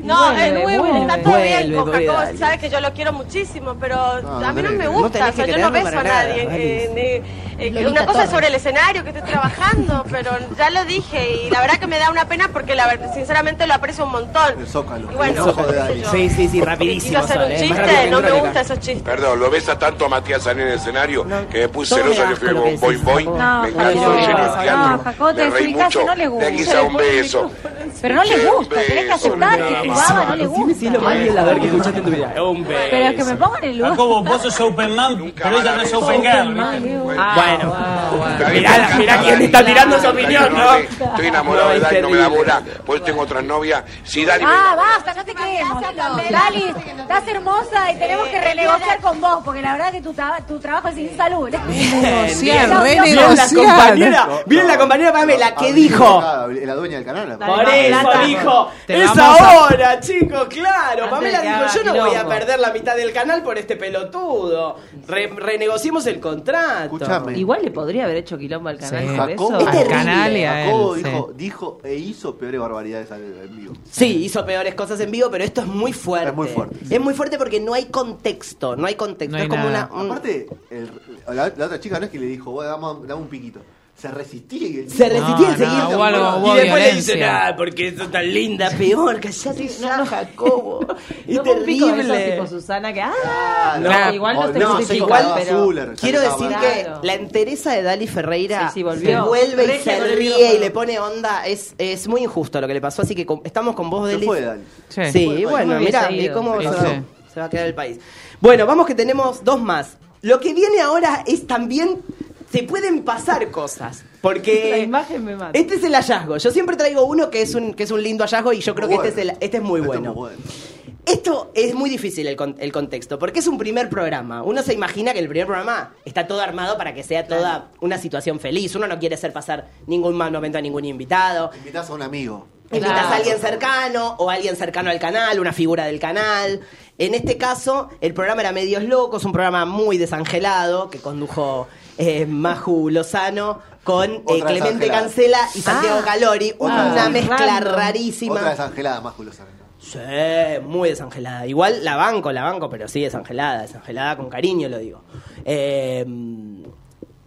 Speaker 6: No,
Speaker 9: Vuelve,
Speaker 6: es muy bueno, está
Speaker 9: vuelve.
Speaker 6: todo bien con
Speaker 2: Vuelve,
Speaker 6: Jacobo,
Speaker 2: dale.
Speaker 6: sabes que yo lo quiero muchísimo, pero a mí no
Speaker 1: tenés-
Speaker 6: me
Speaker 1: no
Speaker 6: gusta,
Speaker 2: tenés
Speaker 6: o sea,
Speaker 2: que
Speaker 6: yo no
Speaker 2: quererlo
Speaker 6: beso a
Speaker 2: para nada,
Speaker 6: nadie. eh, ni- eh,
Speaker 9: Lolita
Speaker 6: una cosa es
Speaker 9: Torres.
Speaker 6: sobre el escenario que estoy trabajando, pero ya lo dije y la verdad que me da una pena porque la ver- sinceramente lo aprecio un montón.
Speaker 1: El zócalo.
Speaker 6: Y bueno,
Speaker 1: el ojo de Dali.
Speaker 2: Sí, sí, sí,
Speaker 6: Porque quiero
Speaker 2: rapidísimo.
Speaker 6: hacer
Speaker 2: son,
Speaker 6: un
Speaker 2: ¿eh? Más rápido
Speaker 6: chiste,
Speaker 2: que
Speaker 6: no me
Speaker 2: Verónica.
Speaker 6: gustan esos chistes.
Speaker 12: Perdón, lo besa tanto a Matías salir en el escenario que me puse
Speaker 2: todo me
Speaker 12: celosa
Speaker 2: da
Speaker 12: que fui
Speaker 2: asco
Speaker 12: con
Speaker 2: lo que
Speaker 12: Boing
Speaker 2: decís,
Speaker 12: Boing.
Speaker 2: Jacobo.
Speaker 12: Me
Speaker 2: Ay,
Speaker 12: encantó lleno
Speaker 2: no,
Speaker 12: de
Speaker 2: no,
Speaker 9: No, Jacob,
Speaker 12: teatro.
Speaker 9: te
Speaker 12: Me reí
Speaker 9: desubicás
Speaker 12: mucho.
Speaker 9: y no le
Speaker 12: De
Speaker 9: gusta.
Speaker 12: aquí se da un beso.
Speaker 9: Pero no le gusta, tenés que
Speaker 12: Beso,
Speaker 9: aceptar que
Speaker 12: nada
Speaker 9: jugaba, no le
Speaker 2: Decime si es lo más
Speaker 9: gusta.
Speaker 2: violador que escuchaste en tu vida.
Speaker 9: Pero que me pongan en el lugar.
Speaker 13: Jacobo, vos sos open man, pero ella no Ah. es open girl. ¿viste?
Speaker 2: Bueno,
Speaker 12: Mirá, mirá quién
Speaker 2: Ah, está tirando su opinión, ¿no?
Speaker 12: Estoy enamorado de Dani, no me da bola. Por eso tengo otras novias. Si Dani me
Speaker 9: Ah, basta, no te creemos. Dali, estás hermosa y tenemos que renegociar con vos, porque la verdad que tu, tra- tu trabajo es insalubre.
Speaker 3: Negociar,
Speaker 9: Bien, bien.
Speaker 2: Miren la
Speaker 3: renegociar.
Speaker 2: compañera, miren la compañera Pamela, ¿qué
Speaker 1: Abrí
Speaker 2: dijo?
Speaker 1: la- La dueña del canal.
Speaker 4: Dale,
Speaker 2: Por
Speaker 4: Dale,
Speaker 2: eso
Speaker 4: Dali.
Speaker 2: dijo,
Speaker 3: Te
Speaker 2: es
Speaker 3: vamos a-
Speaker 2: ahora, chicos, claro.
Speaker 4: Antes
Speaker 2: Pamela
Speaker 4: de que
Speaker 2: dijo,
Speaker 4: haga
Speaker 2: yo no voy a
Speaker 4: quilombo".
Speaker 2: perder la mitad del canal por este pelotudo. Re- renegociemos el contrato.
Speaker 1: Escuchame.
Speaker 4: Igual le podría haber hecho quilombo al canal
Speaker 3: Sí.
Speaker 4: por
Speaker 1: Jacobo,
Speaker 4: eso.
Speaker 2: Es terrible.
Speaker 3: canal y a
Speaker 1: Jacobo
Speaker 3: él,
Speaker 1: dijo, dijo e hizo peores barbaridades al- en vivo.
Speaker 2: Sí, hizo peores cosas en vivo, pero esto es muy fuerte.
Speaker 1: Es muy fuerte.
Speaker 2: Es muy fuerte porque no hay contexto, no hay contexto.
Speaker 3: No hay
Speaker 2: es como
Speaker 3: nada.
Speaker 2: una... un-
Speaker 1: Aparte, el- la, la otra chica no es que le dijo, "Vos, dame, dame un piquito. Se resistía y el tipo-
Speaker 2: Se
Speaker 1: Ah,
Speaker 2: resistía
Speaker 3: No,
Speaker 2: enseguida.
Speaker 3: no, hubo algo- hubo
Speaker 2: y después le
Speaker 3: violencia.
Speaker 2: dicen, ah, porque eso tan linda, peor, callate ya, Jacobo. Es
Speaker 4: No fue un pico de esos
Speaker 2: terrible.
Speaker 4: tipo Susana que.
Speaker 1: Ah,
Speaker 4: ¡Ah!
Speaker 1: no.
Speaker 4: No, igual
Speaker 1: Oh,
Speaker 4: no se
Speaker 1: no,
Speaker 4: justifica,
Speaker 1: sí, igual
Speaker 4: pero-
Speaker 1: azul, era.
Speaker 2: Quiero decir
Speaker 4: Claro.
Speaker 2: que la entereza de Dali Ferreira
Speaker 4: Sí, sí, volvió.
Speaker 2: vuelve y
Speaker 4: Regia
Speaker 2: se
Speaker 4: con el
Speaker 2: ríe
Speaker 4: micrófono.
Speaker 2: y le pone onda. Es, es muy injusto lo que le pasó, así que con- estamos con vos,
Speaker 1: Se
Speaker 2: Deli.
Speaker 1: fue, Dali.
Speaker 3: Sí.
Speaker 2: Sí,
Speaker 1: Yo
Speaker 2: bueno,
Speaker 4: me hubiese
Speaker 2: mirá, y
Speaker 4: ido.
Speaker 2: cómo
Speaker 3: Sí,
Speaker 2: se, va,
Speaker 3: sí.
Speaker 2: se va a quedar el país. Bueno, vamos que tenemos dos más. Lo que viene ahora es también. Se pueden pasar cosas. Porque.
Speaker 4: La imagen me mata.
Speaker 2: Este es el hallazgo. Yo siempre traigo uno que es un, que es un lindo hallazgo y yo creo que este es, el- este es muy
Speaker 1: Esto
Speaker 2: bueno.
Speaker 1: es bueno.
Speaker 2: Esto es muy difícil el, con- el contexto, porque es un primer programa. Uno se imagina que el primer programa está todo armado para que sea toda una situación feliz. Uno no quiere hacer pasar ningún mal momento a ningún invitado.
Speaker 1: Invitás a un amigo.
Speaker 2: Invitas
Speaker 4: Claro.
Speaker 2: a alguien cercano o a alguien cercano al canal, una figura del canal. En este caso, el programa era Medios Locos, un programa muy desangelado que condujo eh, Maju Lozano con eh,
Speaker 1: Otra
Speaker 2: Clemente
Speaker 1: desangelada.
Speaker 9: Ah.
Speaker 11: Ah.
Speaker 2: Cancela y Santiago Calori.
Speaker 1: Otra
Speaker 2: una
Speaker 1: desangelada.
Speaker 2: mezcla
Speaker 4: Random.
Speaker 2: rarísima.
Speaker 1: Otra desangelada más, Julio Sarandon.
Speaker 2: Sí, muy desangelada. Igual la banco, la banco, pero sí desangelada, desangelada con cariño lo digo. Eh,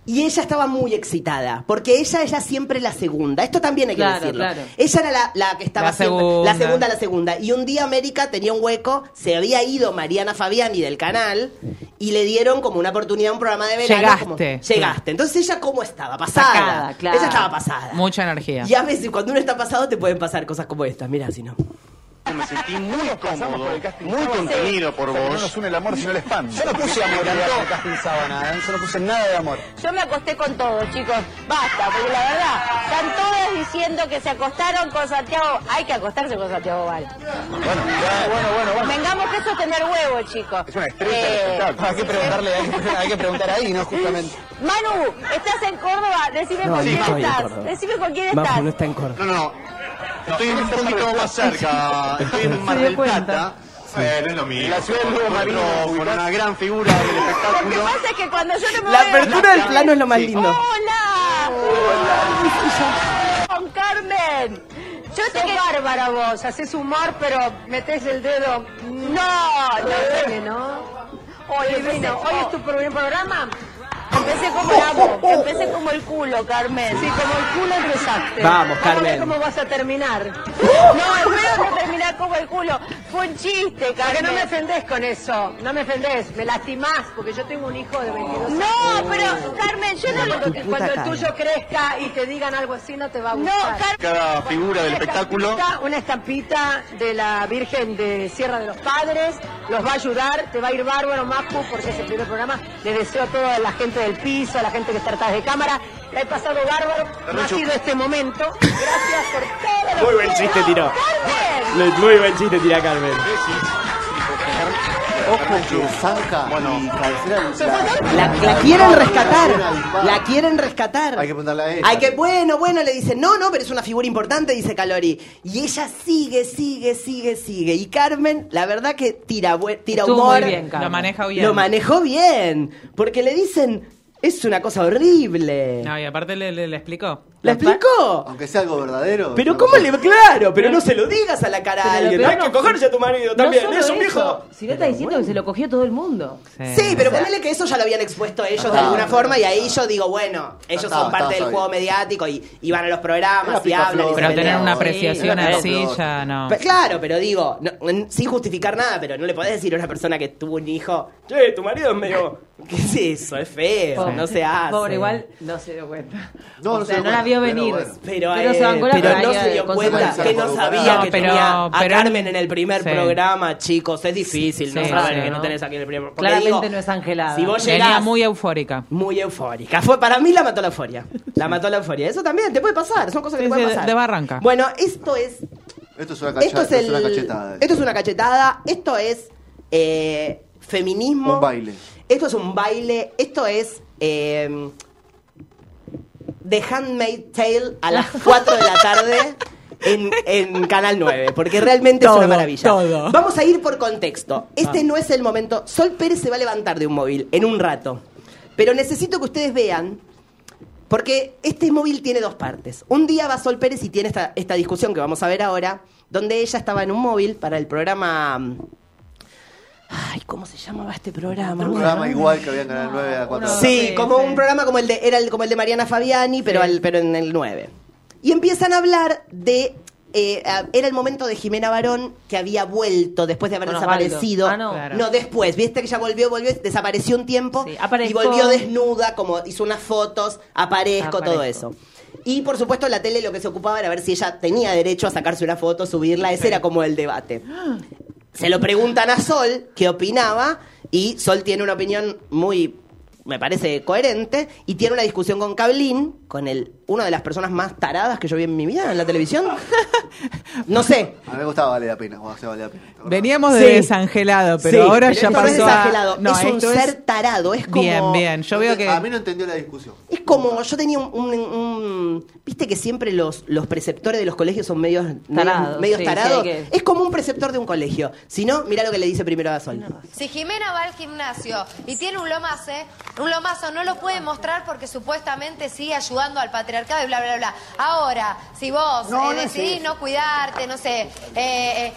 Speaker 2: y ella estaba muy excitada, porque ella era siempre la segunda. Esto también hay que
Speaker 4: Claro,
Speaker 2: decirlo.
Speaker 4: claro.
Speaker 2: Ella era la, la que estaba
Speaker 4: La
Speaker 2: siempre.
Speaker 4: segunda.
Speaker 2: La segunda, la segunda. Y un día América tenía un hueco, se había ido Mariana Fabiani del canal y le dieron como una oportunidad a un programa de verano. como-
Speaker 3: Llegaste.
Speaker 2: llegaste. Entonces ella, ¿cómo estaba? Pasada.
Speaker 3: Sacada, claro.
Speaker 2: Ella estaba pasada.
Speaker 3: Mucha energía.
Speaker 2: Y a veces cuando uno está pasado te pueden pasar cosas como estas. Mira, si no.
Speaker 14: Me sentí muy cómodo, muy contenido por vos.
Speaker 15: No nos une el amor, sino el spam.
Speaker 14: Yo no puse amor,
Speaker 15: en
Speaker 14: yo.
Speaker 15: el casting sábana, ¿eh? Yo no puse nada de amor.
Speaker 11: Yo me acosté con todos, chicos. Basta, porque la verdad, están todos diciendo que se acostaron con Santiago. Hay que acostarse con Santiago Val.
Speaker 15: Bueno, ya, bueno, bueno, bueno.
Speaker 11: Vengamos que eso es tener huevo, chicos.
Speaker 15: Es una estrella
Speaker 11: Eh,
Speaker 15: del espectáculo. Hay que preguntarle, hay que, hay que preguntar ahí, ¿no? Justamente.
Speaker 11: Manu, ¿estás en Córdoba? Decime
Speaker 15: No,
Speaker 11: con
Speaker 15: sí,
Speaker 11: quién
Speaker 15: estoy en
Speaker 11: estás.
Speaker 15: Córdoba.
Speaker 11: Decime con quién
Speaker 15: Majo,
Speaker 11: estás.
Speaker 15: no
Speaker 2: está en Córdoba.
Speaker 15: No, no, no. Estoy un poquito más cerca. Estoy en Mar del Plata. Eh, no es lo mismo. La ciudad de Lugo Marino, con una gran figura del
Speaker 11: Lo que
Speaker 15: espectáculo.
Speaker 11: pasa es que cuando yo no me
Speaker 2: La
Speaker 11: voy a-
Speaker 2: apertura del plano es lo más lindo.
Speaker 11: ¡Hola! ¡Hola! ¡Con Carmen! Yo te que... bárbara vos, haces humor, pero metes el dedo. No, no, que no. Hoy, empecé- hoy es tu primer programa. Empecé como la boca, empecé como el culo, Carmen. Sí, como el culo empezaste.
Speaker 2: Vamos,
Speaker 11: a ver
Speaker 2: Carmen.
Speaker 11: ¿Cómo vas a terminar? No, espero que terminar como el culo. Fue un chiste, Carmen.
Speaker 9: Porque no me
Speaker 11: ofendés con eso, no me ofendés, me lastimás, porque yo tengo un hijo de 22 años. No, pero Carmen, yo no lo
Speaker 9: Tu puta cara.
Speaker 11: crezca y te digan algo así no te va a gustar. No, Carmen.
Speaker 15: Cada figura del espectáculo.
Speaker 11: Una estampita de la Virgen de Sierra de los Padres, los va a ayudar, te va a ir bárbaro, Macu, porque es el primer programa. Le deseo a toda la gente del piso, a la gente que está atrás de cámara. La he pasado bárbaro, no ha
Speaker 15: Nacho.
Speaker 11: sido este momento. Gracias por todo lo
Speaker 16: Muy
Speaker 11: que
Speaker 16: buen chiste
Speaker 11: hicieron.
Speaker 16: tiró.
Speaker 11: ¡Carmen!
Speaker 16: Lo- Muy buen chiste tiró Carmen.
Speaker 1: Ojo que zanca y cabecera.
Speaker 2: La, la quieren rescatar. La quieren rescatar.
Speaker 1: Hay que preguntarle a ella.
Speaker 2: Hay que, bueno, bueno, le dicen, no, no, pero es una figura importante, dice Calori. Y ella sigue, sigue, sigue, sigue. Y Carmen, la verdad que tira, bue- tira
Speaker 3: Estuvo
Speaker 2: humor.
Speaker 3: muy bien, Carmen. Lo maneja bien.
Speaker 2: Lo manejó bien. Porque le dicen, es una cosa horrible.
Speaker 3: No, y aparte le, le, le explicó.
Speaker 2: ¿La explicó?
Speaker 1: Aunque sea algo verdadero.
Speaker 2: Pero cómo le... Claro, pero no se lo digas a la cara
Speaker 4: Pero
Speaker 2: a
Speaker 4: lo
Speaker 2: alguien.
Speaker 4: peor
Speaker 2: Hay que
Speaker 4: no-
Speaker 2: cogerse a tu marido también.
Speaker 4: no
Speaker 2: es un viejo.
Speaker 4: viejo. Si no está diciendo que se lo cogió todo el mundo.
Speaker 2: Sí, pero ponele que eso ya lo habían expuesto ellos
Speaker 3: Ah,
Speaker 2: de alguna forma y ahí yo digo, bueno, ellos
Speaker 4: estaba,
Speaker 2: son parte
Speaker 4: estaba
Speaker 2: del
Speaker 4: bien.
Speaker 2: juego mediático y, y van a los
Speaker 4: Era
Speaker 2: programas y
Speaker 4: picaflor.
Speaker 2: hablan. y se
Speaker 3: Pero tener
Speaker 2: pelean.
Speaker 3: una apreciación así ya no.
Speaker 2: Pe- claro, pero digo, no, n- sin justificar nada, pero no le podés decir a una persona que tuvo un hijo, che, tu marido es medio... ¿Qué es eso? Es feo,
Speaker 4: Pobre.
Speaker 2: no se hace.
Speaker 4: Pobre, igual no se dio cuenta.
Speaker 2: No,
Speaker 4: o
Speaker 2: no se
Speaker 4: sea,
Speaker 2: dio
Speaker 4: no la
Speaker 2: cuenta,
Speaker 4: vio
Speaker 2: pero
Speaker 4: venir.
Speaker 2: bueno. Pero, eh, pero no se dio cuenta que no sabía
Speaker 3: No,
Speaker 2: que
Speaker 3: pero-
Speaker 2: tenía a
Speaker 3: pero-
Speaker 2: Carmen en el primer
Speaker 3: Sí.
Speaker 2: programa, chicos. Es difícil no
Speaker 3: Sí,
Speaker 2: saber
Speaker 3: sí,
Speaker 2: que
Speaker 3: ¿no?
Speaker 2: no tenés aquí en el primer porque
Speaker 4: Claramente
Speaker 2: digo,
Speaker 4: no es angelada.
Speaker 2: si vos
Speaker 3: Venía
Speaker 2: llegás-
Speaker 3: muy eufórica.
Speaker 2: Muy eufórica. Fue, para mí la mató la euforia. La mató la euforia. Eso también te puede pasar. Son cosas que te pueden
Speaker 3: de,
Speaker 2: pasar.
Speaker 3: de barranca.
Speaker 2: Bueno, esto es.
Speaker 1: Esto es una, cacha-
Speaker 2: Esto es,
Speaker 1: esto es una
Speaker 2: el-
Speaker 1: cachetada.
Speaker 2: Esto es una cachetada. Esto es eh, feminismo.
Speaker 1: Un baile.
Speaker 2: Esto es un baile. Esto es. eh, The Handmaid Tale a las 4 de la tarde. En, en Canal 9, porque realmente es
Speaker 4: Todo,
Speaker 2: una maravilla. Vamos a ir por contexto. Este no es el momento. Sol Pérez se va a levantar de un móvil en un rato. Pero necesito que ustedes vean, porque este móvil tiene dos partes. Un día va Sol Pérez y tiene esta, esta discusión que vamos a ver ahora, donde ella estaba en un móvil para el programa. mm, Ay, ¿cómo se llamaba este programa?
Speaker 1: Un programa igual que había en Canal 9 a 4
Speaker 2: Sí, como un programa como el de era el, como el de Mariana Fabiani, pero al- pero en el 9. Y empiezan a hablar de eh, a- era el momento de Jimena Barón que había vuelto después de haber
Speaker 4: Con Osvaldo.
Speaker 2: desaparecido.
Speaker 4: Ah, no. Claro.
Speaker 2: después, viste que ya volvió, volvió, desapareció un tiempo
Speaker 4: aparezco.
Speaker 2: y volvió desnuda, como hizo unas fotos, aparezco, todo
Speaker 4: Aparezco.
Speaker 2: eso. Y por supuesto la tele lo que se ocupaba era ver si ella tenía derecho a sacarse una foto, subirla, ese era como el debate. Se lo preguntan a Sol, que opinaba, y Sol tiene una opinión muy, me parece, coherente, y tiene una discusión con Cablín, con el, una de las personas más taradas que yo vi en mi vida en la televisión. No sé.
Speaker 1: A mí me gustaba Vale la Pena. Cuando se vale la pena.
Speaker 3: Veníamos de
Speaker 2: Sí.
Speaker 3: desangelado, pero
Speaker 2: Sí,
Speaker 3: ahora
Speaker 2: pero
Speaker 3: ya
Speaker 2: esto no
Speaker 3: pasó
Speaker 2: es
Speaker 3: a-
Speaker 2: desangelado,
Speaker 3: No,
Speaker 2: es un
Speaker 3: esto
Speaker 2: ser tarado, es como...
Speaker 3: Bien, bien. Yo veo que...
Speaker 1: A mí no entendió la discusión.
Speaker 2: Es como, yo tenía un, un- un- viste que siempre los, los preceptores de los colegios son medios
Speaker 4: Tarados,
Speaker 2: medios, medios
Speaker 4: sí,
Speaker 2: tarados.
Speaker 4: sí, hay
Speaker 2: Es como un preceptor de un colegio. Si no, mira lo que le dice primero a Sol.
Speaker 17: Si Jimena va al gimnasio y tiene un lomazo, un lomazo no lo puede mostrar porque supuestamente sigue ayudando al patriarcado y bla, bla, bla. Ahora, si vos
Speaker 18: No,
Speaker 17: eh,
Speaker 18: no es
Speaker 17: decidís
Speaker 18: eso.
Speaker 17: no cuidarte, no sé, eh, eh,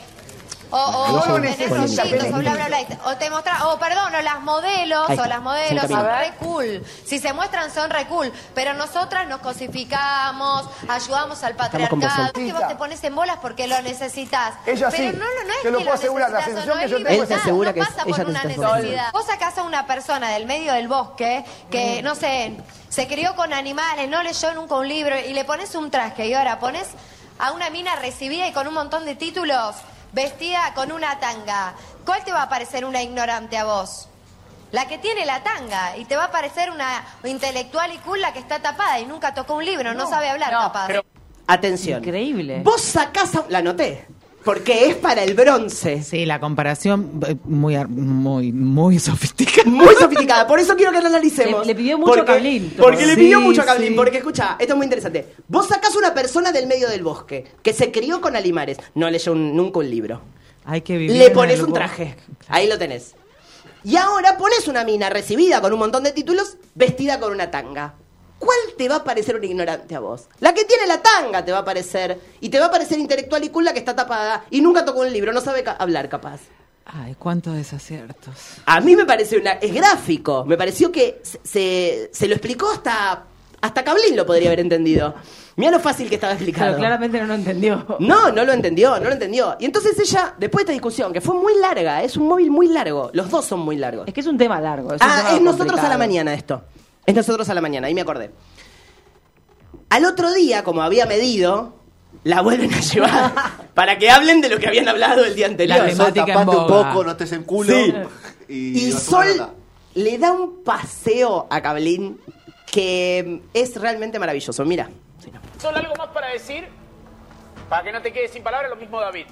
Speaker 17: O, o
Speaker 11: No son
Speaker 17: tenés
Speaker 11: polémicas.
Speaker 17: hoyitos, o bla, bla, bla. O te mostra, o perdón, o las modelos,
Speaker 11: Ahí
Speaker 17: o
Speaker 11: está,
Speaker 17: las modelos
Speaker 11: sin camino.
Speaker 17: son re cool. Si se muestran son re cool. Pero nosotras nos cosificamos, ayudamos
Speaker 11: con
Speaker 17: al
Speaker 11: vos,
Speaker 17: patriarcado.
Speaker 11: Sol.
Speaker 17: Es que vos te pones en bolas porque lo necesitas.
Speaker 11: Ella sí.
Speaker 17: Pero no, lo- no es
Speaker 11: Te lo
Speaker 17: que
Speaker 11: puedo asegurar, la
Speaker 17: necesitas o
Speaker 11: sensación
Speaker 17: no
Speaker 11: que
Speaker 17: es
Speaker 11: yo tengo
Speaker 17: libertad,
Speaker 11: es esa.
Speaker 2: Segura
Speaker 17: no
Speaker 2: que
Speaker 17: pasa
Speaker 2: ella
Speaker 17: por
Speaker 2: te
Speaker 17: una
Speaker 2: está esforzando.
Speaker 17: necesidad. Vos sacás a una persona del medio del bosque que, no sé, se crió con animales, no leyó nunca un libro y le pones un traje y ahora pones a una mina recibida y con un montón de títulos vestida con una tanga. ¿Cuál te va a parecer una ignorante a vos? La que tiene la tanga y te va a parecer una intelectual y cool la que está tapada y nunca tocó un libro, no, sabe hablar capaz.
Speaker 2: Atención. Increíble. Vos sacás a... La anoté. Porque es para el bronce.
Speaker 3: Sí, la comparación eh, muy, ar- muy, muy sofisticada.
Speaker 2: Muy sofisticada. Por eso quiero que la analicemos.
Speaker 3: Le- le pidió mucho a
Speaker 2: Porque-
Speaker 3: Cablín.
Speaker 2: Porque le pidió
Speaker 3: Sí,
Speaker 2: mucho a Cablín.
Speaker 3: sí.
Speaker 2: Porque, escucha, esto es muy interesante. Vos sacás una persona del medio del bosque que se crió con alimares. No leyó un- nunca un libro.
Speaker 3: Hay que vivir.
Speaker 2: Le
Speaker 3: en
Speaker 2: pones
Speaker 3: el
Speaker 2: un
Speaker 3: bo-
Speaker 2: traje. Ahí lo tenés. Y ahora pones una mina recibida con un montón de títulos, vestida con una tanga. ¿Cuál te va a parecer un ignorante a vos? La que tiene la tanga te va a parecer. Y te va a parecer intelectual y cool la que está tapada y nunca tocó un libro, no sabe ca- hablar capaz.
Speaker 3: Ay, cuántos desaciertos.
Speaker 2: A mí me parece una. Es gráfico. Me pareció que se, se, se lo explicó hasta. Hasta Cablín lo podría haber entendido. Mira lo fácil que estaba explicado.
Speaker 4: Pero claramente no lo entendió.
Speaker 2: No, no lo entendió, no lo entendió. Y entonces ella, después de esta discusión, que fue muy larga, es un móvil muy largo, los dos son muy largos.
Speaker 4: Es que es un tema largo. es un
Speaker 2: ah,
Speaker 4: tema
Speaker 2: es nosotros
Speaker 4: complicado.
Speaker 2: a la mañana esto. Es nosotros a la mañana, ahí me acordé. Al otro día, como había medido, la vuelven a llevar para que hablen de lo que habían hablado el día anterior.
Speaker 1: Sol, tapate un poco, no estés en culo.
Speaker 2: Sí.
Speaker 1: Y,
Speaker 2: Y,
Speaker 1: vas a
Speaker 2: Sol
Speaker 1: una nota.
Speaker 2: le da un paseo a Cablín que es realmente maravilloso. Mira.
Speaker 16: Solo algo más para decir, para que no te quedes sin palabras, lo mismo David.